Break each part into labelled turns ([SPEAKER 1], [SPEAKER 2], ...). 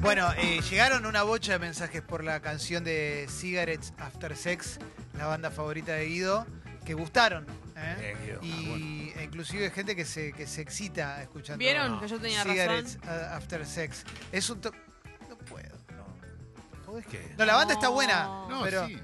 [SPEAKER 1] Bueno, eh, llegaron una bocha de mensajes por la canción de Cigarettes After Sex, la banda favorita de Guido, que gustaron. ¿eh?
[SPEAKER 2] Bien, Guido.
[SPEAKER 3] Ah,
[SPEAKER 1] Y e inclusive gente que se, que se excita escuchando.
[SPEAKER 2] no.
[SPEAKER 4] ¿Vieron que yo tenía
[SPEAKER 1] Cigarettes
[SPEAKER 4] razón?
[SPEAKER 1] uh, After Sex. Es un to- No puedo.
[SPEAKER 2] ¿Podés qué?
[SPEAKER 1] No, la banda está buena.
[SPEAKER 4] No.
[SPEAKER 5] No,
[SPEAKER 1] pero...
[SPEAKER 5] sí.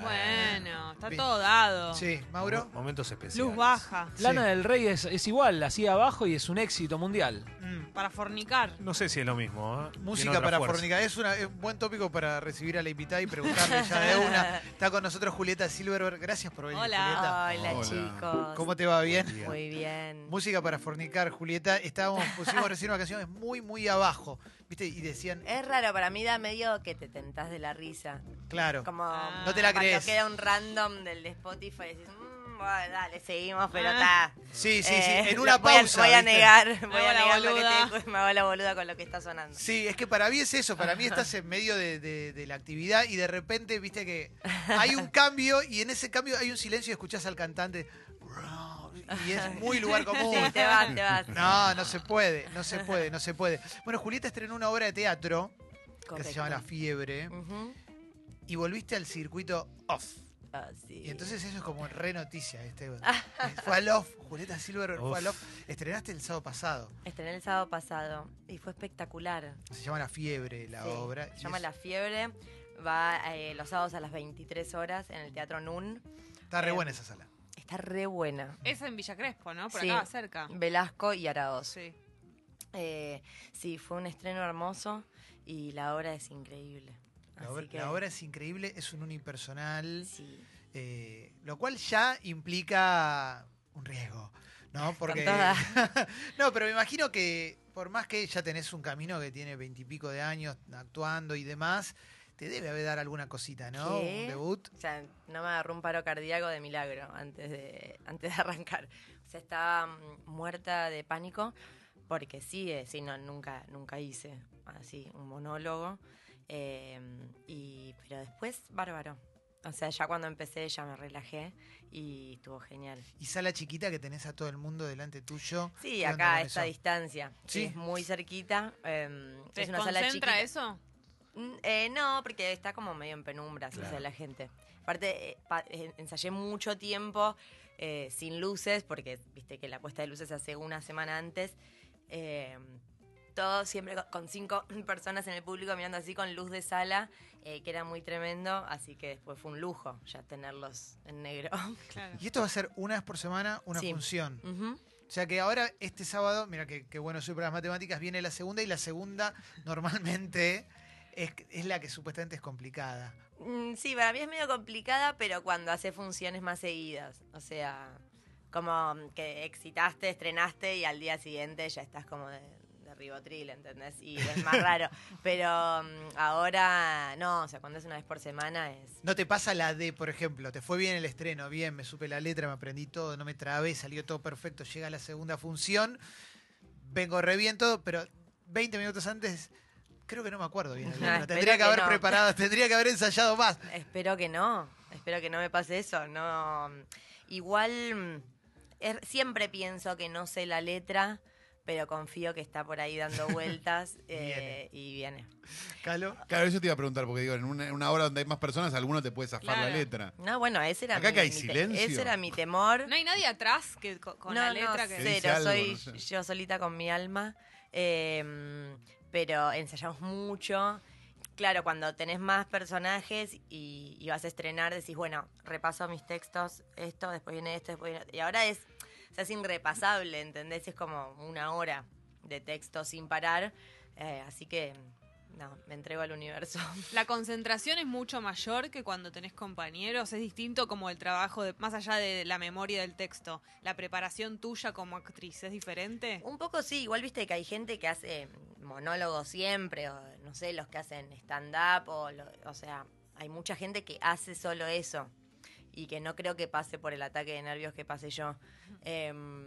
[SPEAKER 4] Bueno, está
[SPEAKER 1] Vi-
[SPEAKER 4] todo dado.
[SPEAKER 1] Sí, Mauro.
[SPEAKER 2] Mo- Momentos especiales.
[SPEAKER 4] Luz baja.
[SPEAKER 6] Lana del Rey es, es igual, así abajo y es un éxito mundial.
[SPEAKER 1] Mm.
[SPEAKER 4] Para fornicar.
[SPEAKER 2] No sé si es lo mismo. ¿eh? Tiene
[SPEAKER 1] Música
[SPEAKER 2] otra
[SPEAKER 1] para
[SPEAKER 2] fuerza.
[SPEAKER 1] fornicar. Es, una- es un buen tópico para recibir a la invitada y preguntarle ya de una. Está con nosotros Julieta Silverberg. Gracias por venir, Julieta.
[SPEAKER 3] Hola,
[SPEAKER 5] Hola.
[SPEAKER 3] chicos.
[SPEAKER 1] ¿Cómo te va? ¿Bien?
[SPEAKER 2] Buen día.
[SPEAKER 3] Muy bien.
[SPEAKER 1] Música para fornicar, Julieta. Estábamos, pusimos recién una canción es muy, muy abajo. ¿Viste? Y decían, eh,
[SPEAKER 3] Es raro, para mí da medio que te tentás de la risa.
[SPEAKER 1] claro.
[SPEAKER 3] Como
[SPEAKER 4] Ah.
[SPEAKER 1] No te la
[SPEAKER 3] cuando
[SPEAKER 1] crees.
[SPEAKER 3] queda un random del de Spotify y decís, "Mm, bueno, dale, seguimos, pero
[SPEAKER 4] Ah.
[SPEAKER 3] está.
[SPEAKER 1] Sí, sí, sí.
[SPEAKER 3] Eh,
[SPEAKER 1] En una
[SPEAKER 3] lo voy a-
[SPEAKER 1] pausa.
[SPEAKER 3] Voy a
[SPEAKER 1] ¿viste?
[SPEAKER 3] negar, voy
[SPEAKER 4] hago
[SPEAKER 3] a
[SPEAKER 4] la
[SPEAKER 3] negar lo que
[SPEAKER 4] boluda.
[SPEAKER 3] te dijo, me hago la boluda con lo que está sonando.
[SPEAKER 1] Sí, es que para mí es eso. Para mí estás en medio de, de- de la actividad y de repente, viste que hay un cambio y en ese cambio hay un silencio y escuchás al cantante. Y es muy lugar común.
[SPEAKER 3] Sí, te vas, te vas.
[SPEAKER 1] No, no se puede, no se puede, no se puede. Bueno, Julieta estrenó una obra de teatro que se
[SPEAKER 3] Correcto.
[SPEAKER 1] llama La Fiebre
[SPEAKER 3] Ujú.
[SPEAKER 1] y volviste al circuito off.
[SPEAKER 3] Ah, sí.
[SPEAKER 1] Y entonces eso es como re noticia, este. fue al off, Julieta Silver fue al off. Estrenaste el sábado pasado.
[SPEAKER 3] Estrené el sábado pasado y fue espectacular.
[SPEAKER 1] Se llama La Fiebre la
[SPEAKER 3] Sí,
[SPEAKER 1] obra.
[SPEAKER 3] Se
[SPEAKER 1] y
[SPEAKER 3] llama
[SPEAKER 1] es-
[SPEAKER 3] La Fiebre. Va eh, los sábados a las 23 horas en el Teatro Nun.
[SPEAKER 1] Está re buena esa sala.
[SPEAKER 3] Está re buena.
[SPEAKER 4] Es en Villa Crespo, ¿no? Por
[SPEAKER 3] Sí.
[SPEAKER 4] acá, cerca.
[SPEAKER 3] Velasco y Araoz.
[SPEAKER 4] Sí.
[SPEAKER 3] Eh, sí, fue un estreno hermoso y la obra es increíble.
[SPEAKER 1] La
[SPEAKER 3] Así
[SPEAKER 1] obra,
[SPEAKER 3] que,
[SPEAKER 1] la obra es increíble, es un unipersonal,
[SPEAKER 3] sí.
[SPEAKER 1] eh, lo cual ya implica un riesgo, ¿no? Porque
[SPEAKER 3] toda.
[SPEAKER 1] no, pero me imagino que por más que ya tenés un camino que tiene veintipico de años actuando y demás, te debe haber dar alguna cosita, ¿no?
[SPEAKER 3] ¿Qué?
[SPEAKER 1] Un debut.
[SPEAKER 3] O sea, no me agarró un paro cardíaco de milagro antes de, antes de arrancar. O sea, estaba mm, muerta de pánico porque sí, eh, sí, no, nunca, nunca hice así un monólogo. Eh, y, pero después, bárbaro. O sea, ya cuando empecé ya me relajé y estuvo genial.
[SPEAKER 1] Y sala chiquita que tenés a todo el mundo delante tuyo.
[SPEAKER 3] Sí,
[SPEAKER 1] ¿Qué onda
[SPEAKER 3] acá a
[SPEAKER 1] con
[SPEAKER 3] esta
[SPEAKER 1] eso?
[SPEAKER 3] distancia.
[SPEAKER 1] Sí.
[SPEAKER 3] Sí. Es muy cerquita. eh,
[SPEAKER 4] ¿Te
[SPEAKER 3] es una sala
[SPEAKER 4] desconcentra
[SPEAKER 3] chiquita.
[SPEAKER 4] eso?
[SPEAKER 3] Mm, eh, no, porque está como medio en penumbras, o sea, la gente. Aparte, eh, pa- eh, ensayé mucho tiempo eh, sin luces, porque viste que la puesta de luces se hace una semana antes. Eh, todo siempre co- con cinco personas en el público mirando así con luz de sala, eh, que era muy tremendo, así que después fue un lujo ya tenerlos en negro.
[SPEAKER 4] Claro.
[SPEAKER 1] Y esto va a ser una vez por semana una
[SPEAKER 3] Sí.
[SPEAKER 1] función.
[SPEAKER 3] Ujú.
[SPEAKER 1] O sea que ahora, este sábado, mira que, que bueno soy para las matemáticas, viene la segunda y la segunda normalmente es, es la que supuestamente es complicada.
[SPEAKER 3] Mm, Sí, para mí es medio complicada, pero cuando hace funciones más seguidas. O sea, como mm, que excitaste, estrenaste y al día siguiente ya estás como de, de ribotril, ¿entendés? Y es más raro. Pero mm, ahora, no, o sea, cuando es una vez por semana es.
[SPEAKER 1] No te pasa la D, por ejemplo, te fue bien el estreno, bien, me supe la letra, me aprendí todo, no me trabé, salió todo perfecto, llega la segunda función, vengo re bien todo, pero 20 minutos antes creo que no me acuerdo bien. la
[SPEAKER 3] Ah,
[SPEAKER 1] letra.
[SPEAKER 3] espero
[SPEAKER 1] tendría que
[SPEAKER 3] que
[SPEAKER 1] haber
[SPEAKER 3] no.
[SPEAKER 1] preparado, tendría que haber ensayado más.
[SPEAKER 3] Espero que no, espero que no me pase eso. No, mm, igual mm, er- siempre pienso que no sé la letra, pero confío que está por ahí dando vueltas eh, y viene.
[SPEAKER 1] Calo.
[SPEAKER 5] Claro, eso te iba a preguntar, porque digo, en una, en una hora donde hay más personas, alguno te puede zafar la
[SPEAKER 4] Claro.
[SPEAKER 5] letra.
[SPEAKER 3] No, bueno, ese era
[SPEAKER 5] Acá
[SPEAKER 3] mi,
[SPEAKER 5] que hay
[SPEAKER 3] mi te-
[SPEAKER 5] silencio.
[SPEAKER 3] Ese era mi temor.
[SPEAKER 4] ¿No hay nadie atrás que co- con
[SPEAKER 3] No,
[SPEAKER 4] la
[SPEAKER 3] no,
[SPEAKER 4] letra que...
[SPEAKER 5] sí. dice
[SPEAKER 3] cero,
[SPEAKER 5] algo,
[SPEAKER 3] soy
[SPEAKER 5] no sé.
[SPEAKER 3] yo solita con mi alma. Eh, pero ensayamos mucho. Claro, cuando tenés más personajes y, y vas a estrenar, decís, bueno, repaso mis textos, esto, después viene esto, después viene... Y ahora es, o sea, es irrepasable, ¿entendés? Es como una hora de texto sin parar. Eh, así que, no, me entrego al universo.
[SPEAKER 4] La concentración es mucho mayor que cuando tenés compañeros. Es distinto como el trabajo, de, más allá de la memoria del texto. La preparación tuya como actriz es diferente.
[SPEAKER 3] Un poco sí, igual viste que hay gente que hace monólogos siempre, o no sé, los que hacen stand-up, o, lo- o sea, hay mucha gente que hace solo eso y que no creo que pase por el ataque de nervios que pasé yo. Em,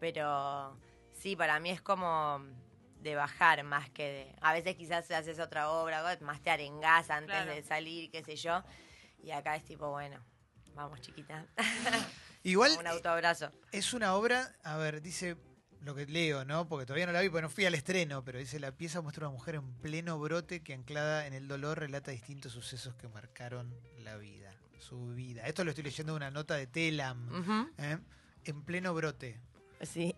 [SPEAKER 3] pero sí, para mí es como de bajar más que de... A veces quizás haces otra obra, va, más te arengás antes
[SPEAKER 4] Claro.
[SPEAKER 3] de salir, qué sé yo, y acá es tipo, bueno, vamos chiquita,
[SPEAKER 1] Igual e
[SPEAKER 3] un autoabrazo.
[SPEAKER 1] Es una obra, a ver, dice lo que leo, ¿no? Porque todavía no la vi, porque no fui al estreno, pero dice, la pieza muestra una mujer en pleno brote que anclada en el dolor relata distintos sucesos que marcaron la vida, su vida. Esto lo estoy leyendo de una nota de Telam,
[SPEAKER 3] Ujú,
[SPEAKER 1] ¿eh? En pleno brote.
[SPEAKER 3] Sí,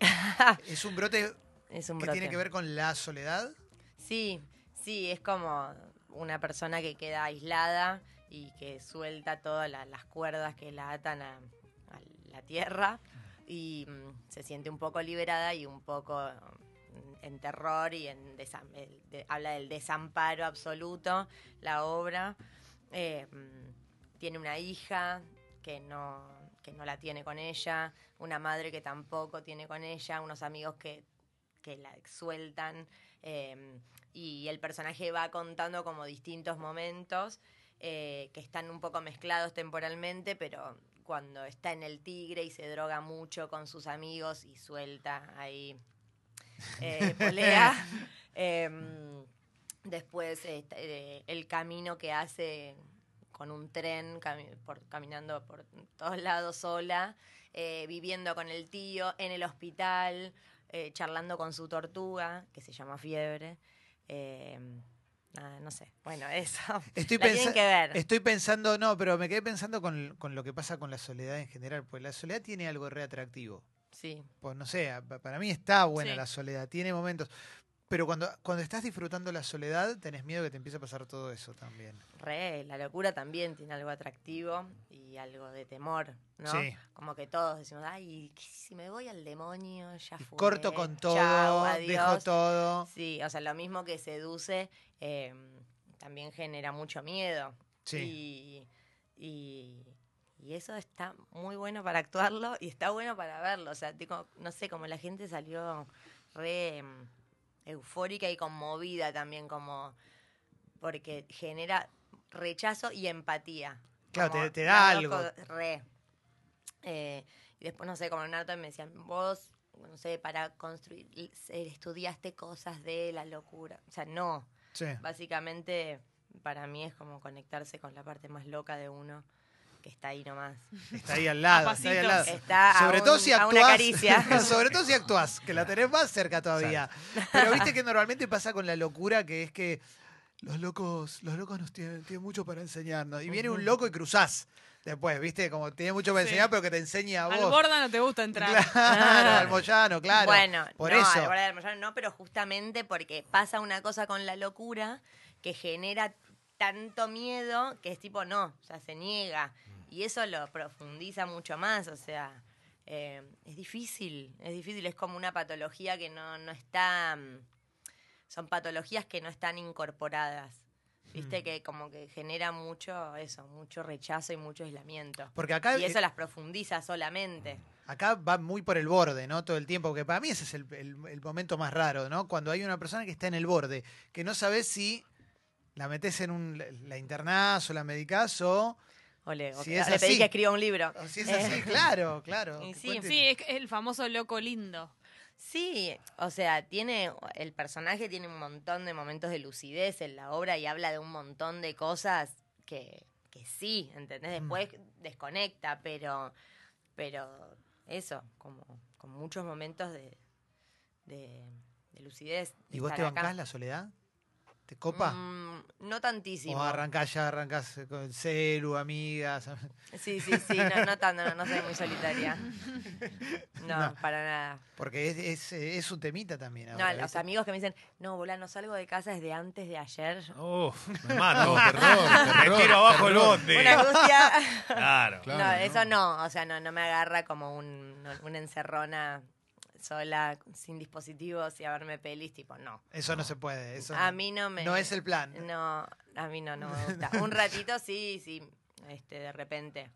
[SPEAKER 1] Es un brote
[SPEAKER 3] es un
[SPEAKER 1] que
[SPEAKER 3] brote.
[SPEAKER 1] tiene que ver con la soledad.
[SPEAKER 3] Sí, sí, es como una persona que queda aislada y que suelta todas la- las cuerdas que la atan a, a la tierra y mm, se siente un poco liberada y un poco mm, en terror y en desam- el- de- habla del desamparo absoluto la obra. Eh, mm, tiene una hija que no que no la tiene con ella, una madre que tampoco tiene con ella, unos amigos que, que la sueltan. Eh, y el personaje va contando como distintos momentos eh, que están un poco mezclados temporalmente, pero cuando está en el tigre y se droga mucho con sus amigos y suelta ahí eh, polea. Em, después eh, está- eh, el camino que hace con un tren, cami- por- caminando por todos lados sola, eh, viviendo con el tío, en el hospital, eh, charlando con su tortuga, que se llama Fiebre. Eh, nada, no sé. Bueno, eso.
[SPEAKER 1] Estoy,
[SPEAKER 3] La tienen
[SPEAKER 1] pensa-
[SPEAKER 3] que ver.
[SPEAKER 1] estoy pensando, no, pero me quedé pensando con, con lo que pasa con la soledad en general, pues la soledad tiene algo re atractivo.
[SPEAKER 3] Sí.
[SPEAKER 1] Pues no sé, a- pa- para mí está buena
[SPEAKER 4] Sí.
[SPEAKER 1] la soledad, tiene momentos. Pero cuando, cuando estás disfrutando la soledad, tenés miedo que te empiece a pasar todo eso también.
[SPEAKER 3] Re, la locura también tiene algo atractivo y algo de temor, ¿no?
[SPEAKER 1] Sí.
[SPEAKER 3] Como que todos decimos, ay, ¿qué si me voy al demonio, ya
[SPEAKER 1] Y
[SPEAKER 3] Ah, fue.
[SPEAKER 1] corto con todo, dejo todo.
[SPEAKER 3] Sí, o sea, lo mismo que seduce eh, también genera mucho miedo.
[SPEAKER 1] Sí.
[SPEAKER 3] Y, y- y eso está muy bueno para actuarlo y está bueno para verlo. O sea, digo, no sé, como la gente salió re em, eufórica y conmovida también, como porque genera rechazo y empatía.
[SPEAKER 1] Claro,
[SPEAKER 3] Como
[SPEAKER 1] te- te da
[SPEAKER 3] las dos
[SPEAKER 1] algo.
[SPEAKER 3] cosas, Re. Eh, y después, no sé, como Leonardo me decían, vos, no sé, para construir, eh, estudiaste cosas de la locura. O sea, no
[SPEAKER 1] sí.
[SPEAKER 3] básicamente para mí es como conectarse con la parte más loca de uno que está ahí nomás.
[SPEAKER 1] Está ahí al lado,
[SPEAKER 4] A
[SPEAKER 1] está ahí al
[SPEAKER 4] pasitos.
[SPEAKER 1] lado.
[SPEAKER 3] Está a
[SPEAKER 1] sobre
[SPEAKER 3] un-
[SPEAKER 1] todo si
[SPEAKER 3] a
[SPEAKER 1] actúas.
[SPEAKER 3] una caricia.
[SPEAKER 1] sobre todo si actúas, que la tenés más cerca todavía. Pero viste que normalmente pasa con la locura que es que los locos, los locos nos tienen, tienen mucho para enseñarnos. Y viene un loco y cruzás después, viste, como tiene mucho para
[SPEAKER 4] Sí.
[SPEAKER 1] enseñar, pero que te enseña a
[SPEAKER 4] Al
[SPEAKER 1] vos.
[SPEAKER 4] borda no te gusta entrar.
[SPEAKER 1] Claro, al Moyano, claro.
[SPEAKER 3] Bueno,
[SPEAKER 1] por
[SPEAKER 3] no,
[SPEAKER 1] eso.
[SPEAKER 3] la verdad, Almazán no, pero justamente porque pasa una cosa con la locura que genera tanto miedo que es tipo no, o sea, se niega. Y eso lo profundiza mucho más, o sea, eh, es difícil, es difícil, es como una patología que no, no está, mm, son patologías que no están incorporadas.
[SPEAKER 1] Mm.
[SPEAKER 3] Viste que como que genera mucho eso, mucho rechazo y mucho aislamiento.
[SPEAKER 1] Porque acá, eh,
[SPEAKER 3] Y eso las profundiza solamente.
[SPEAKER 1] acá va muy por el borde, ¿no? Todo el tiempo, que para mí ese es el, el- el momento más raro, ¿no? Cuando hay una persona que está en el borde, que no sabes si la metes en un. la internás o la medicás o.
[SPEAKER 3] Ole, o
[SPEAKER 1] Si
[SPEAKER 3] que-
[SPEAKER 1] es
[SPEAKER 3] le pedí
[SPEAKER 1] así.
[SPEAKER 3] que escriba un libro.
[SPEAKER 1] o si es
[SPEAKER 3] Eh,
[SPEAKER 1] así, claro, claro.
[SPEAKER 3] y
[SPEAKER 1] que
[SPEAKER 3] sí,
[SPEAKER 1] cuente-
[SPEAKER 4] Sí, es el famoso loco lindo.
[SPEAKER 3] Sí, o sea, tiene el personaje tiene un montón de momentos de lucidez en la obra y habla de un montón de cosas que, que sí, ¿entendés?
[SPEAKER 1] Mm.
[SPEAKER 3] Después desconecta, pero pero eso, como con muchos momentos de, de, de lucidez. de
[SPEAKER 1] ¿Y vos te
[SPEAKER 3] estar acá.
[SPEAKER 1] bancás la soledad? ¿Te copa?
[SPEAKER 3] Mm, no tantísimo.
[SPEAKER 1] o arrancás ya, arrancás con el celu, amigas.
[SPEAKER 3] Sí, sí, sí, no, no tanto, no, no soy muy solitaria. no.
[SPEAKER 1] No.
[SPEAKER 3] para nada.
[SPEAKER 1] Porque es, es, eh, es un temita también.
[SPEAKER 3] No,
[SPEAKER 1] ahora,
[SPEAKER 3] los
[SPEAKER 1] ¿viste?
[SPEAKER 3] amigos que me dicen, no, volá, no salgo de casa desde antes de ayer.
[SPEAKER 2] Uf, me mato.
[SPEAKER 5] No, terror,
[SPEAKER 2] me
[SPEAKER 5] terror,
[SPEAKER 2] tiro abajo el
[SPEAKER 5] terror.
[SPEAKER 2] bondi.
[SPEAKER 3] Una angustia.
[SPEAKER 2] Claro.
[SPEAKER 5] Claro,
[SPEAKER 3] no, eso no, o sea, no, no me agarra como un, no- una encerrona sola, sin dispositivos y a verme pelis, tipo, no.
[SPEAKER 1] Eso no se puede. Eso
[SPEAKER 3] A
[SPEAKER 1] no-
[SPEAKER 3] mí no me...
[SPEAKER 1] no es el plan.
[SPEAKER 3] No, a mí no, no me gusta. Un ratito sí, sí, este, de repente,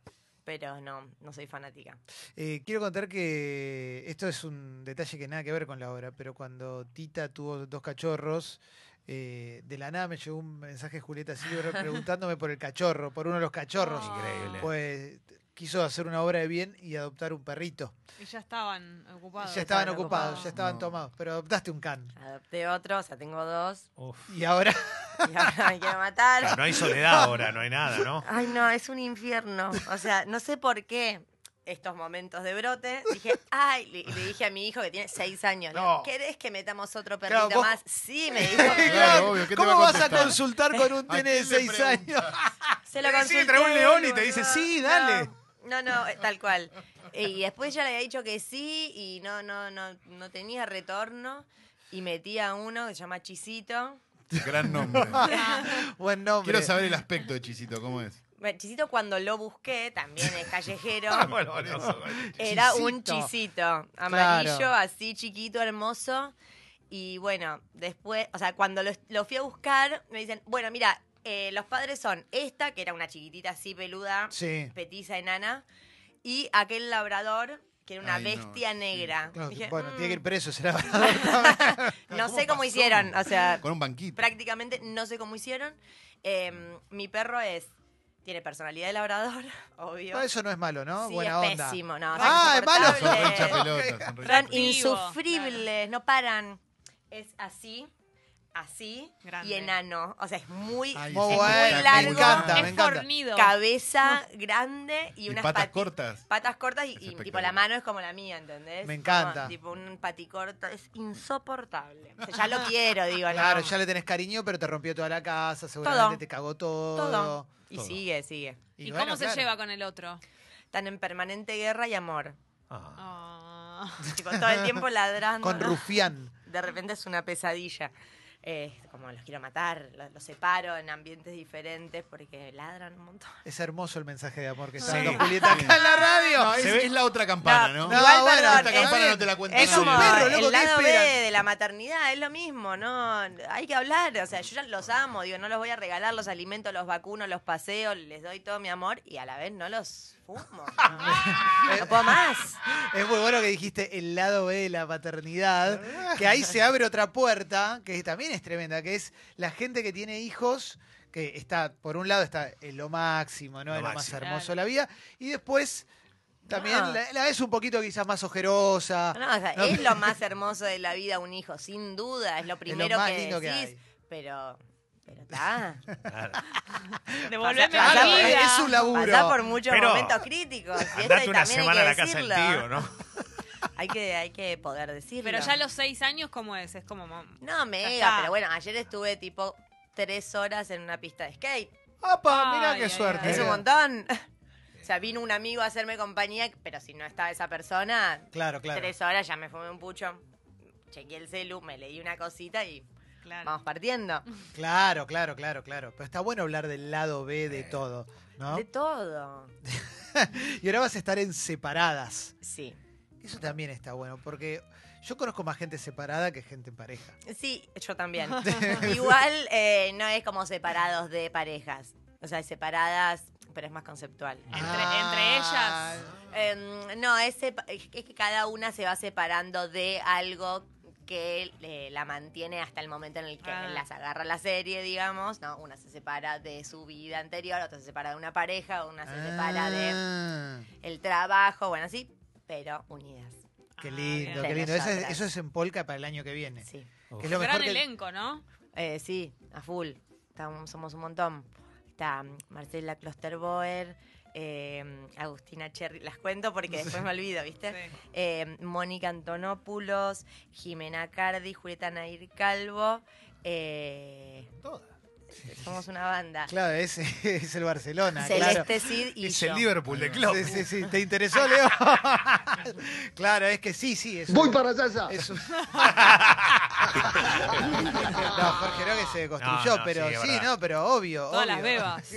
[SPEAKER 3] pero no, no soy fanática.
[SPEAKER 1] Eh, quiero contar que esto es un detalle que nada que ver con la obra, pero cuando Tita tuvo dos cachorros, eh, de la nada me llegó un mensaje de Julieta Silver preguntándome por el cachorro, por uno de los cachorros.
[SPEAKER 3] Ah.
[SPEAKER 4] Oh.
[SPEAKER 2] Increíble.
[SPEAKER 1] Pues quiso hacer una obra de bien y adoptar un perrito.
[SPEAKER 4] Y ya estaban ocupados.
[SPEAKER 1] ya estaban
[SPEAKER 3] estaban
[SPEAKER 1] ocupados,
[SPEAKER 3] ocupados.
[SPEAKER 1] ya estaban
[SPEAKER 5] No.
[SPEAKER 1] tomados, pero adoptaste un can.
[SPEAKER 3] Adopté otro, o sea, tengo dos,
[SPEAKER 2] Uf.
[SPEAKER 1] Y ahora,
[SPEAKER 3] y ahora me quiero
[SPEAKER 2] Claro,
[SPEAKER 3] matar.
[SPEAKER 2] no hay soledad ahora, no hay nada, ¿no?
[SPEAKER 3] Ay, no, es un infierno. O sea, no sé por qué. estos momentos de brote. Dije, ay, le, le dije a mi hijo que tiene seis años, le digo,
[SPEAKER 1] No.
[SPEAKER 3] ¿querés que metamos otro
[SPEAKER 1] Claro,
[SPEAKER 3] perrito
[SPEAKER 1] vos-
[SPEAKER 3] más? Sí, me dijo.
[SPEAKER 5] Claro, obvio, ¿qué te
[SPEAKER 1] ¿Cómo
[SPEAKER 5] va a
[SPEAKER 1] vas a
[SPEAKER 5] contestar?
[SPEAKER 1] consultar con un
[SPEAKER 5] ¿A
[SPEAKER 1] nene de
[SPEAKER 5] quién le
[SPEAKER 1] 6 años?
[SPEAKER 5] preguntas?
[SPEAKER 3] Se lo
[SPEAKER 1] Sí,
[SPEAKER 3] consulté,
[SPEAKER 1] trae un león y te dice,
[SPEAKER 3] boludo.
[SPEAKER 1] sí, dale.
[SPEAKER 3] No, no, eh, tal cual. Eh, Y después ya le había dicho que sí y no, no, no, no tenía retorno. Y metí a uno que se llama Chisito.
[SPEAKER 5] Gran nombre.
[SPEAKER 1] Buen nombre.
[SPEAKER 5] Quiero saber el aspecto de Chisito, ¿cómo es?
[SPEAKER 3] Bueno, Chisito cuando lo busqué, también es callejero,
[SPEAKER 1] Ah,
[SPEAKER 2] Bueno, bueno,
[SPEAKER 3] era un
[SPEAKER 1] Chisito.
[SPEAKER 3] chisito amarillo,
[SPEAKER 1] Claro.
[SPEAKER 3] así chiquito, hermoso. Y bueno, después, o sea, cuando lo, lo fui a buscar, me dicen, bueno, mira, eh, los padres son esta, que era una chiquitita así peluda,
[SPEAKER 1] Sí.
[SPEAKER 3] petiza enana, y aquel labrador, que era una
[SPEAKER 5] Ay, no,
[SPEAKER 3] bestia
[SPEAKER 5] sí.
[SPEAKER 3] negra.
[SPEAKER 1] Claro,
[SPEAKER 3] Dije,
[SPEAKER 1] bueno,
[SPEAKER 3] "Mm,
[SPEAKER 1] tiene que ir Ah, preso ese labrador.
[SPEAKER 3] no
[SPEAKER 5] ¿Cómo
[SPEAKER 3] sé cómo
[SPEAKER 5] pasó?
[SPEAKER 3] hicieron, o sea,
[SPEAKER 5] Con un banquito.
[SPEAKER 3] prácticamente no sé cómo hicieron. Eh, mi perro es, tiene personalidad de labrador, obvio.
[SPEAKER 1] No, eso no es malo, Pues, ¿no?
[SPEAKER 3] Sí,
[SPEAKER 1] Buena
[SPEAKER 3] es
[SPEAKER 1] onda.
[SPEAKER 3] pésimo, no, son
[SPEAKER 1] ah, es malo.
[SPEAKER 5] Son
[SPEAKER 3] insoportables.
[SPEAKER 5] recha pelotas, son recha
[SPEAKER 3] Son
[SPEAKER 5] pelotas.
[SPEAKER 3] insufribles, no paran. Es así, así
[SPEAKER 4] Grande.
[SPEAKER 3] y enano. O sea, es muy,
[SPEAKER 5] Ay,
[SPEAKER 3] es
[SPEAKER 1] Muy
[SPEAKER 5] sí,
[SPEAKER 1] bueno,
[SPEAKER 3] muy
[SPEAKER 1] me
[SPEAKER 3] largo,
[SPEAKER 1] encanta,
[SPEAKER 3] es
[SPEAKER 1] me
[SPEAKER 4] es
[SPEAKER 1] encanta.
[SPEAKER 4] fornido.
[SPEAKER 3] cabeza grande y,
[SPEAKER 5] Y
[SPEAKER 3] unas
[SPEAKER 5] patas
[SPEAKER 3] pati-
[SPEAKER 5] cortas.
[SPEAKER 3] Patas cortas y,
[SPEAKER 5] Es
[SPEAKER 3] y tipo
[SPEAKER 5] espectacular.
[SPEAKER 3] la mano es como la mía, ¿entendés?
[SPEAKER 1] Me encanta.
[SPEAKER 3] Como, tipo un paticorto, es insoportable. O sea, ya lo quiero, digo, no.
[SPEAKER 1] Claro, ya le tenés cariño, pero te rompió toda la casa, seguramente
[SPEAKER 3] Todo.
[SPEAKER 1] te cagó todo.
[SPEAKER 3] todo. Y
[SPEAKER 2] Todo.
[SPEAKER 3] sigue, sigue.
[SPEAKER 4] ¿Y,
[SPEAKER 1] bueno,
[SPEAKER 4] cómo
[SPEAKER 1] claro.
[SPEAKER 4] se lleva con el otro?
[SPEAKER 3] Están en permanente guerra y amor.
[SPEAKER 2] Ah,
[SPEAKER 4] Ah.
[SPEAKER 3] Tipo, todo el tiempo ladrando.
[SPEAKER 1] Con Rufián.
[SPEAKER 3] De repente es una pesadilla. Eh, como los quiero matar, lo- los, separo en ambientes diferentes porque ladran un montón.
[SPEAKER 1] Es hermoso el mensaje de amor que está
[SPEAKER 2] Sí.
[SPEAKER 1] dando Julieta
[SPEAKER 5] Sí.
[SPEAKER 1] acá en la radio.
[SPEAKER 5] No, es,
[SPEAKER 2] Se ve-
[SPEAKER 5] es la otra campana, ¿no?
[SPEAKER 1] No,
[SPEAKER 3] igual,
[SPEAKER 1] bueno,
[SPEAKER 3] perdón,
[SPEAKER 5] Esta
[SPEAKER 3] es-
[SPEAKER 5] campana no te la cuenta
[SPEAKER 1] es
[SPEAKER 3] Es
[SPEAKER 1] un
[SPEAKER 3] como
[SPEAKER 5] nadie.
[SPEAKER 1] perro, loco,
[SPEAKER 3] el
[SPEAKER 1] ¿qué
[SPEAKER 3] lado B
[SPEAKER 1] esperan?
[SPEAKER 3] de la maternidad, es lo mismo, ¿no? Hay que hablar, o sea, yo ya los amo, digo, no los voy a regalar, los alimento, los vacuno, los paseo, les doy todo mi amor y a la vez no los fumo. No, No puedo más.
[SPEAKER 1] Es muy bueno que dijiste el lado B de la paternidad, que ahí se abre otra puerta, que también es tremenda, que es la gente que tiene hijos, que está, por un lado está en lo máximo, ¿no?
[SPEAKER 2] Lo
[SPEAKER 1] en lo más
[SPEAKER 2] máximo.
[SPEAKER 1] hermoso de la vida, y después también
[SPEAKER 4] Ah.
[SPEAKER 3] No.
[SPEAKER 1] la, la ves un poquito quizás más ojerosa.
[SPEAKER 3] No, o sea,
[SPEAKER 1] No,
[SPEAKER 3] es lo más hermoso de la vida un hijo, sin duda, es lo primero
[SPEAKER 1] más
[SPEAKER 3] que
[SPEAKER 1] lindo que
[SPEAKER 3] decís,
[SPEAKER 1] hay.
[SPEAKER 3] pero pero está.
[SPEAKER 2] claro.
[SPEAKER 4] Devolveme
[SPEAKER 3] Pasa-
[SPEAKER 4] la
[SPEAKER 3] pasa-
[SPEAKER 4] vida.
[SPEAKER 1] es un laburo.
[SPEAKER 3] Pasá por muchos
[SPEAKER 2] Pero-
[SPEAKER 3] momentos críticos. Y eso
[SPEAKER 2] Andate una
[SPEAKER 3] también
[SPEAKER 2] semana a la
[SPEAKER 3] hay que
[SPEAKER 2] casa del
[SPEAKER 3] decirlo. ¿eh?
[SPEAKER 2] tío, ¿no?
[SPEAKER 3] Hay que, hay que poder decirlo.
[SPEAKER 4] Pero ya a los seis años, ¿cómo es? Es como... mam-
[SPEAKER 3] No,
[SPEAKER 4] está.
[SPEAKER 3] mega, pero bueno, ayer estuve tipo tres horas en una pista de skate.
[SPEAKER 1] ¡Opa! Mirá
[SPEAKER 4] Ay,
[SPEAKER 1] qué
[SPEAKER 4] ay,
[SPEAKER 1] suerte.
[SPEAKER 4] ay.
[SPEAKER 3] Es un montón. O sea, vino un amigo a hacerme compañía, pero si no estaba esa persona,
[SPEAKER 1] Claro, claro.
[SPEAKER 3] tres horas ya me fumé un pucho, chequeé el celu, me leí una cosita y
[SPEAKER 4] Claro.
[SPEAKER 3] vamos partiendo.
[SPEAKER 1] Claro, claro, claro, claro. Pero está bueno hablar del lado B de todo, ¿no?
[SPEAKER 3] De todo.
[SPEAKER 1] Y ahora vas a estar en separadas.
[SPEAKER 3] Sí.
[SPEAKER 1] Eso también está bueno, porque yo conozco más gente separada que gente en pareja.
[SPEAKER 3] Sí, yo también. Igual eh, no es como separados de parejas. O sea, separadas, pero es más conceptual.
[SPEAKER 1] Ah.
[SPEAKER 4] Entre- entre ellas.
[SPEAKER 3] Em, no, es, sepa- es que cada una se va separando de algo que eh, la mantiene hasta el momento en el que
[SPEAKER 4] Ah.
[SPEAKER 3] las agarra la serie, digamos. No, una se separa de su vida anterior, otra se separa de una pareja, una se separa de
[SPEAKER 1] Ah,
[SPEAKER 3] el trabajo, bueno, sí, pero unidas.
[SPEAKER 1] Qué
[SPEAKER 4] Ah,
[SPEAKER 1] lindo,
[SPEAKER 4] bien.
[SPEAKER 1] qué
[SPEAKER 3] De
[SPEAKER 1] lindo. Eso es,
[SPEAKER 3] nosotras.
[SPEAKER 1] eso es en Polka para el año que viene.
[SPEAKER 3] Sí.
[SPEAKER 1] Que es lo
[SPEAKER 4] Gran
[SPEAKER 1] mejor que-
[SPEAKER 4] elenco, ¿no?
[SPEAKER 3] Eh, sí, a full. Estamos- somos un montón. Está mm, Marcela Klosterboer, eh, Agustina Cherry. Las cuento porque después me olvido, ¿viste?
[SPEAKER 4] Sí.
[SPEAKER 3] Eh, Mónica Antonopoulos, Jimena Cardi, Julieta Nair Calvo. eh, Somos una banda.
[SPEAKER 1] Claro, es, es el Barcelona, claro.
[SPEAKER 3] Celeste Cid y
[SPEAKER 2] Es
[SPEAKER 3] yo.
[SPEAKER 2] el Liverpool de Klopp.
[SPEAKER 1] Sí, sí, sí. ¿Te interesó, Leo? claro, es que sí, sí. Voy para allá. no, Jorge no que se construyó,
[SPEAKER 2] No, no,
[SPEAKER 1] pero
[SPEAKER 2] sí, es
[SPEAKER 1] sí,
[SPEAKER 2] verdad.
[SPEAKER 1] no, pero obvio.
[SPEAKER 4] Todas las
[SPEAKER 1] obvio.
[SPEAKER 4] bebas.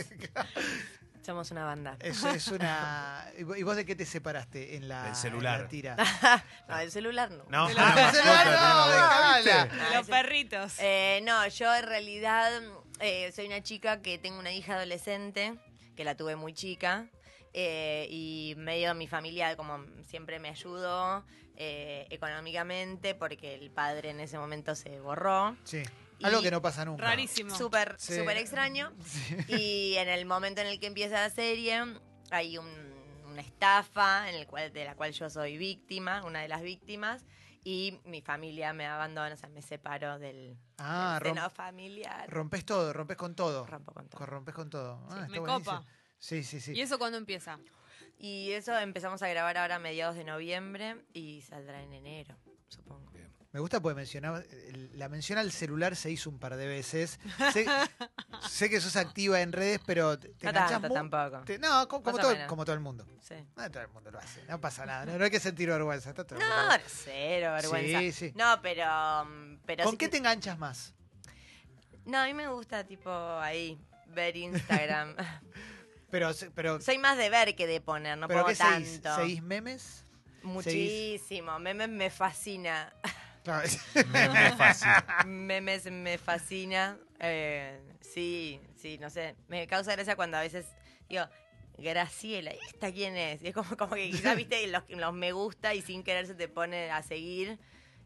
[SPEAKER 3] Somos una banda.
[SPEAKER 2] Eh,
[SPEAKER 1] Es, es una. ¿Y vos- y vos de qué te separaste en la,
[SPEAKER 2] Del celular.
[SPEAKER 1] en la tira?
[SPEAKER 3] No, el celular no.
[SPEAKER 1] Ah,
[SPEAKER 2] No, ah,
[SPEAKER 1] del celular, no, de cámara.
[SPEAKER 3] No,
[SPEAKER 4] Los
[SPEAKER 3] ese-
[SPEAKER 4] perritos.
[SPEAKER 3] Eh, no, yo en realidad eh, soy una chica que tengo una hija adolescente, que la tuve muy chica, eh, y medio mi familia como siempre me ayudó eh, económicamente porque el padre en ese momento se borró.
[SPEAKER 1] Sí.
[SPEAKER 3] Y-
[SPEAKER 1] Algo que no pasa nunca.
[SPEAKER 4] Rarísimo.
[SPEAKER 3] Súper,
[SPEAKER 1] Sí.
[SPEAKER 3] súper extraño.
[SPEAKER 1] Sí.
[SPEAKER 3] Y en el momento en el que empieza la serie, hay un- una estafa en el cual, de la cual yo soy víctima, una de las víctimas, y mi familia me abandona, o sea, me separo del,
[SPEAKER 1] Ah,
[SPEAKER 3] del
[SPEAKER 1] rom-
[SPEAKER 3] seno familiar.
[SPEAKER 1] rompes todo, rompes con todo.
[SPEAKER 3] Rompo con todo.
[SPEAKER 1] Rompes con todo. Ah,
[SPEAKER 4] Sí,
[SPEAKER 1] está
[SPEAKER 4] me
[SPEAKER 1] buenísimo.
[SPEAKER 4] copa.
[SPEAKER 1] Sí, sí, sí.
[SPEAKER 4] ¿Y eso cuándo empieza?
[SPEAKER 3] Y eso empezamos a grabar ahora a mediados de noviembre y saldrá en enero, supongo.
[SPEAKER 1] Me gusta porque mencionaba, el- la mención al celular se hizo un par de veces. Sé, sé que sos activa en redes, pero te, te
[SPEAKER 3] No
[SPEAKER 1] enganchás
[SPEAKER 3] tanto
[SPEAKER 1] mu-
[SPEAKER 3] tampoco.
[SPEAKER 1] te- no, co- como,
[SPEAKER 3] Más o
[SPEAKER 1] todo,
[SPEAKER 3] menos.
[SPEAKER 1] como todo el mundo.
[SPEAKER 3] Sí.
[SPEAKER 1] No, todo el mundo lo hace, no pasa nada. No, no hay que sentir vergüenza. Está todo
[SPEAKER 3] No,
[SPEAKER 1] bien.
[SPEAKER 3] cero vergüenza.
[SPEAKER 1] Sí, sí.
[SPEAKER 3] No, pero. mm, pero
[SPEAKER 1] ¿Con
[SPEAKER 3] sí
[SPEAKER 1] qué te
[SPEAKER 3] que-
[SPEAKER 1] enganchas más?
[SPEAKER 3] No, a mí me gusta, tipo, ahí, ver Instagram.
[SPEAKER 1] Pero, se- pero,
[SPEAKER 3] Soy más de ver que de poner, no
[SPEAKER 1] pero
[SPEAKER 3] pongo
[SPEAKER 1] ¿qué seguís?
[SPEAKER 3] tanto.
[SPEAKER 1] ¿Seguís memes?
[SPEAKER 3] Muchísimo. Memes me fascina.
[SPEAKER 1] Claro,
[SPEAKER 2] Es fácil.
[SPEAKER 3] Memes me fascina. Eh, sí, sí, no sé. Me causa gracia cuando a veces digo, Graciela, ¿y esta quién es? Y es como, como que quizás viste los, los me gusta y sin querer se te pone a seguir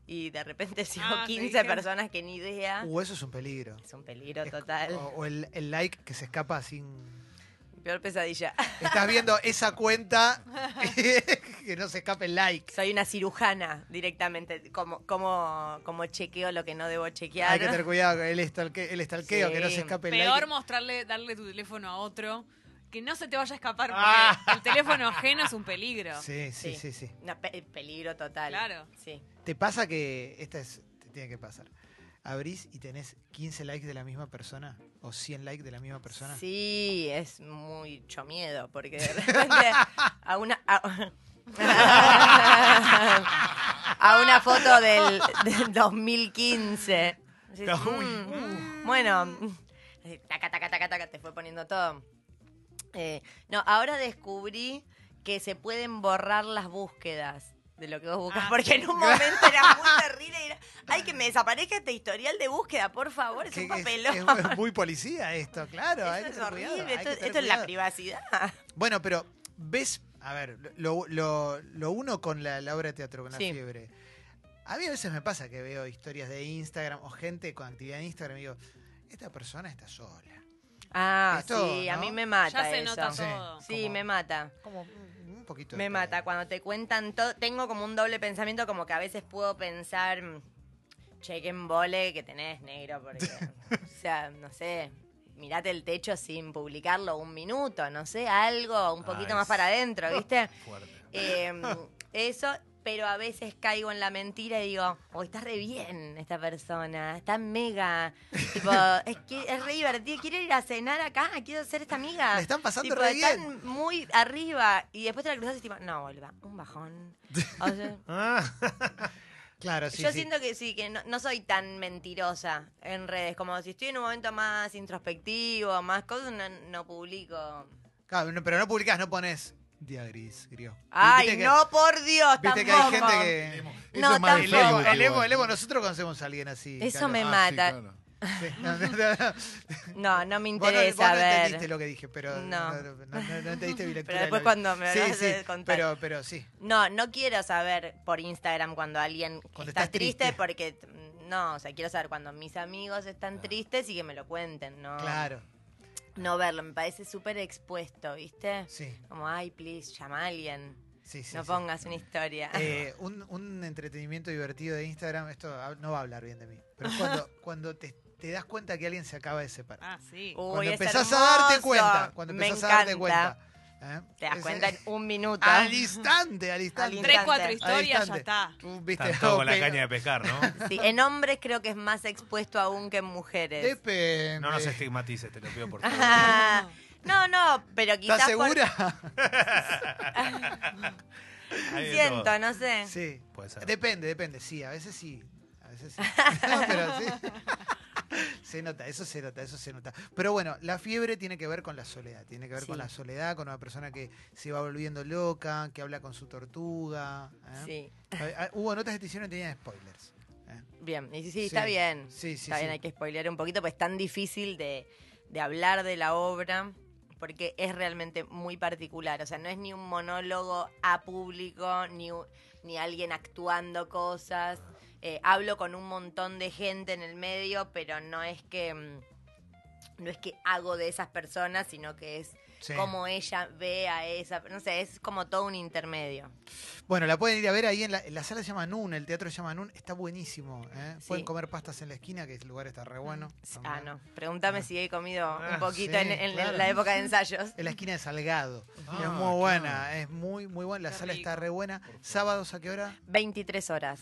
[SPEAKER 3] y de repente sigo
[SPEAKER 4] Ah, sí,
[SPEAKER 3] 15
[SPEAKER 4] que-
[SPEAKER 3] personas que ni idea.
[SPEAKER 1] Uh, eso es un peligro.
[SPEAKER 3] Es un peligro
[SPEAKER 1] Es-
[SPEAKER 3] ¿Ah? total.
[SPEAKER 1] O, o el, el like que se escapa sin.
[SPEAKER 3] Peor pesadilla.
[SPEAKER 1] Estás viendo esa cuenta que no se escape el like.
[SPEAKER 3] Soy una cirujana directamente. Como, como, como chequeo lo que no debo chequear.
[SPEAKER 1] Hay que tener cuidado con el, stalke- el stalkeo,
[SPEAKER 3] Sí.
[SPEAKER 1] que no se escape el
[SPEAKER 4] Peor
[SPEAKER 1] like.
[SPEAKER 4] mostrarle, darle tu teléfono a otro. Que no se te vaya a escapar porque
[SPEAKER 1] Ah.
[SPEAKER 4] el teléfono ajeno es un peligro.
[SPEAKER 1] Sí, sí, sí, sí.
[SPEAKER 3] No, pe- peligro total.
[SPEAKER 4] Claro.
[SPEAKER 3] Sí.
[SPEAKER 1] ¿Te pasa que esta es te tiene que pasar? Abrís y tenés 15 likes de la misma persona o 100 likes de la misma persona.
[SPEAKER 3] Sí, es mucho miedo, porque de repente a una. A, a una foto del, del 2015. Dices,
[SPEAKER 1] No, uy,
[SPEAKER 3] "Mm, bueno, mm". taca, taca, taca, taca, te fue poniendo todo. Eh, no, ahora descubrí que se pueden borrar las búsquedas de lo que vos buscas,
[SPEAKER 4] Ah,
[SPEAKER 3] porque en un momento era muy terrible. Era, Ay, que me desaparezca este historial de búsqueda, por favor, es
[SPEAKER 1] Que
[SPEAKER 3] un
[SPEAKER 1] es-
[SPEAKER 3] papelón.
[SPEAKER 1] Es, muy policía esto, claro. hay que
[SPEAKER 3] Eso es
[SPEAKER 1] tener cuidado,
[SPEAKER 3] horrible,
[SPEAKER 1] hay que
[SPEAKER 3] esto,
[SPEAKER 1] tener
[SPEAKER 3] esto es la
[SPEAKER 1] cuidado.
[SPEAKER 3] privacidad.
[SPEAKER 1] Bueno, pero ves, a ver, lo, lo- lo uno con la, la obra de teatro, con la
[SPEAKER 3] Sí.
[SPEAKER 1] fiebre. A mí a veces me pasa que veo historias de Instagram o gente con actividad en Instagram y digo, esta persona está sola.
[SPEAKER 3] Ah,
[SPEAKER 1] Esto,
[SPEAKER 3] sí, a
[SPEAKER 1] ¿no?
[SPEAKER 3] mí me mata
[SPEAKER 4] Ya se
[SPEAKER 3] eso.
[SPEAKER 4] nota
[SPEAKER 1] Sí.
[SPEAKER 4] todo.
[SPEAKER 3] Sí,
[SPEAKER 1] Como-
[SPEAKER 3] me mata.
[SPEAKER 1] Como un un poquito. de
[SPEAKER 3] Me
[SPEAKER 1] todo.
[SPEAKER 3] mata. Cuando te cuentan todo, tengo como un doble pensamiento, como que a veces puedo pensar, mm, che, qué embole que tenés, negro, porque, o sea, no sé, mirate el techo sin publicarlo un minuto, no sé, algo un poquito
[SPEAKER 2] Ah,
[SPEAKER 3] más
[SPEAKER 2] es-
[SPEAKER 3] para adentro, ¿viste?
[SPEAKER 2] Fuerte.
[SPEAKER 3] Eh, eso, pero a veces caigo en la mentira y digo, oh, está re bien esta persona, está mega. Tipo, es, que es re divertido, quiero ir a cenar acá, quiero ser esta amiga.
[SPEAKER 1] La están pasando
[SPEAKER 3] Tipo,
[SPEAKER 1] re
[SPEAKER 3] están
[SPEAKER 1] bien.
[SPEAKER 3] muy arriba y después te la cruzas y tipo, no, boluda, un bajón. O sea,
[SPEAKER 2] Ah,
[SPEAKER 1] Claro, sí.
[SPEAKER 3] yo
[SPEAKER 1] sí.
[SPEAKER 3] siento que sí, que no, no soy tan mentirosa en redes. Como si estoy en un momento más introspectivo, más cosas, no, no publico.
[SPEAKER 1] Claro, no- pero no publicás, no pones día gris, griego.
[SPEAKER 3] Ay,
[SPEAKER 1] Viste que-
[SPEAKER 3] no, por Dios,
[SPEAKER 1] Viste que hay
[SPEAKER 3] tampoco.
[SPEAKER 1] gente que.
[SPEAKER 3] No,
[SPEAKER 5] Eso es más de
[SPEAKER 1] El emo,
[SPEAKER 3] tampoco.
[SPEAKER 5] Facebook
[SPEAKER 1] el emo,
[SPEAKER 5] igual.
[SPEAKER 1] el emo, nosotros conocemos a alguien así.
[SPEAKER 3] Eso
[SPEAKER 1] Caro.
[SPEAKER 3] me
[SPEAKER 5] Ah,
[SPEAKER 3] mata.
[SPEAKER 5] sí, claro.
[SPEAKER 1] Sí, no, no, no.
[SPEAKER 3] No, no me
[SPEAKER 1] Vos no, vos
[SPEAKER 3] interesa
[SPEAKER 1] no
[SPEAKER 3] ver.
[SPEAKER 1] entendiste lo que dije, pero.
[SPEAKER 3] No.
[SPEAKER 1] No, no, no- no entendiste mi lectura.
[SPEAKER 3] Pero después
[SPEAKER 1] de lo que-
[SPEAKER 3] cuando me
[SPEAKER 1] Sí,
[SPEAKER 3] hablas
[SPEAKER 1] sí,
[SPEAKER 3] de contar.
[SPEAKER 1] pero, pero sí.
[SPEAKER 3] No, no quiero saber por Instagram cuando alguien
[SPEAKER 1] Cuando
[SPEAKER 3] está
[SPEAKER 1] estás triste.
[SPEAKER 3] triste, porque mm, no, o sea, quiero saber cuando mis amigos están tristes y que me lo cuenten, no.
[SPEAKER 1] Ah. Claro,
[SPEAKER 3] No verlo, me parece súper expuesto, ¿viste?
[SPEAKER 1] sí.
[SPEAKER 3] Como, ay, please, llama a alguien,
[SPEAKER 1] sí, sí
[SPEAKER 3] no
[SPEAKER 1] sí.
[SPEAKER 3] pongas una historia.
[SPEAKER 1] Eh, un, un entretenimiento divertido de Instagram, esto hab- no va a hablar bien de mí, pero es cuando, cuando te, te das cuenta que alguien se acaba de separar.
[SPEAKER 4] Ah, sí.
[SPEAKER 3] Uy,
[SPEAKER 1] cuando
[SPEAKER 3] es
[SPEAKER 1] empezás a darte
[SPEAKER 3] hermoso.
[SPEAKER 1] cuenta, cuando
[SPEAKER 3] Me
[SPEAKER 1] empezás a darte
[SPEAKER 3] encanta.
[SPEAKER 1] cuenta. ¿eh? Ah,
[SPEAKER 3] Te das
[SPEAKER 1] Es-
[SPEAKER 3] cuenta
[SPEAKER 1] es-
[SPEAKER 3] en un minuto.
[SPEAKER 1] Al instante, al instante.
[SPEAKER 4] Tres,
[SPEAKER 3] instante.
[SPEAKER 4] cuatro
[SPEAKER 3] Al
[SPEAKER 4] historias, ya
[SPEAKER 1] instante.
[SPEAKER 4] está.
[SPEAKER 1] Tú, viste,
[SPEAKER 2] están todos con la
[SPEAKER 1] pe-
[SPEAKER 2] caña de pescar, ¿no?
[SPEAKER 3] Sí, en hombres creo que es más expuesto aún que en mujeres.
[SPEAKER 1] Depende.
[SPEAKER 2] No nos estigmatices, te lo pido por favor.
[SPEAKER 3] Ah, no, no, pero quizás
[SPEAKER 1] ¿Estás
[SPEAKER 3] por-
[SPEAKER 1] segura?
[SPEAKER 2] Hay de todo.
[SPEAKER 3] siento, no sé.
[SPEAKER 1] Sí.
[SPEAKER 2] Puede ser.
[SPEAKER 1] Depende, depende. Sí, a veces sí. A veces sí. No, pero sí. Se nota, eso se nota, eso se nota. Pero bueno, la fiebre tiene que ver con la soledad. Tiene que ver con
[SPEAKER 3] Sí.
[SPEAKER 1] la soledad, con una persona que se va volviendo loca, que habla con su tortuga. ¿eh?
[SPEAKER 3] Sí,
[SPEAKER 1] A- a- Hubo notas de edición que tenían spoilers. ¿eh?
[SPEAKER 3] bien. Y sí, sí,
[SPEAKER 1] Sí.
[SPEAKER 3] está bien.
[SPEAKER 1] Sí, sí,
[SPEAKER 3] Mm, Está bien,
[SPEAKER 1] sí.
[SPEAKER 3] hay que spoilear un poquito, pues es tan difícil de, de hablar de la obra, porque es realmente muy particular. O sea, no es ni un monólogo a público, ni, u- ni alguien actuando cosas. Eh, hablo con un montón de gente en el medio, pero no es que mm, no es que hago de esas personas, sino que es
[SPEAKER 1] Sí.
[SPEAKER 3] cómo ella ve a esa. No sé, es como todo un intermedio.
[SPEAKER 1] Bueno, la pueden ir a ver ahí en la, en la sala se llama Nun, el teatro se llama Nun, está buenísimo. ¿eh?
[SPEAKER 3] Sí.
[SPEAKER 1] Pueden comer pastas en la esquina, que el lugar está re bueno.
[SPEAKER 3] Ah,
[SPEAKER 1] también.
[SPEAKER 3] no. Pregúntame si he comido
[SPEAKER 1] Ah,
[SPEAKER 3] un poquito
[SPEAKER 1] sí,
[SPEAKER 3] en, en- en
[SPEAKER 1] claro.
[SPEAKER 3] la época de ensayos.
[SPEAKER 1] En la esquina de Salgado.
[SPEAKER 2] Ah,
[SPEAKER 1] es muy
[SPEAKER 2] claro.
[SPEAKER 1] buena, es muy, muy buena. La
[SPEAKER 4] Qué
[SPEAKER 1] sala está
[SPEAKER 4] rico.
[SPEAKER 1] re buena. ¿Sábados a qué hora?
[SPEAKER 3] 23 horas.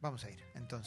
[SPEAKER 1] Vamos a ir, entonces.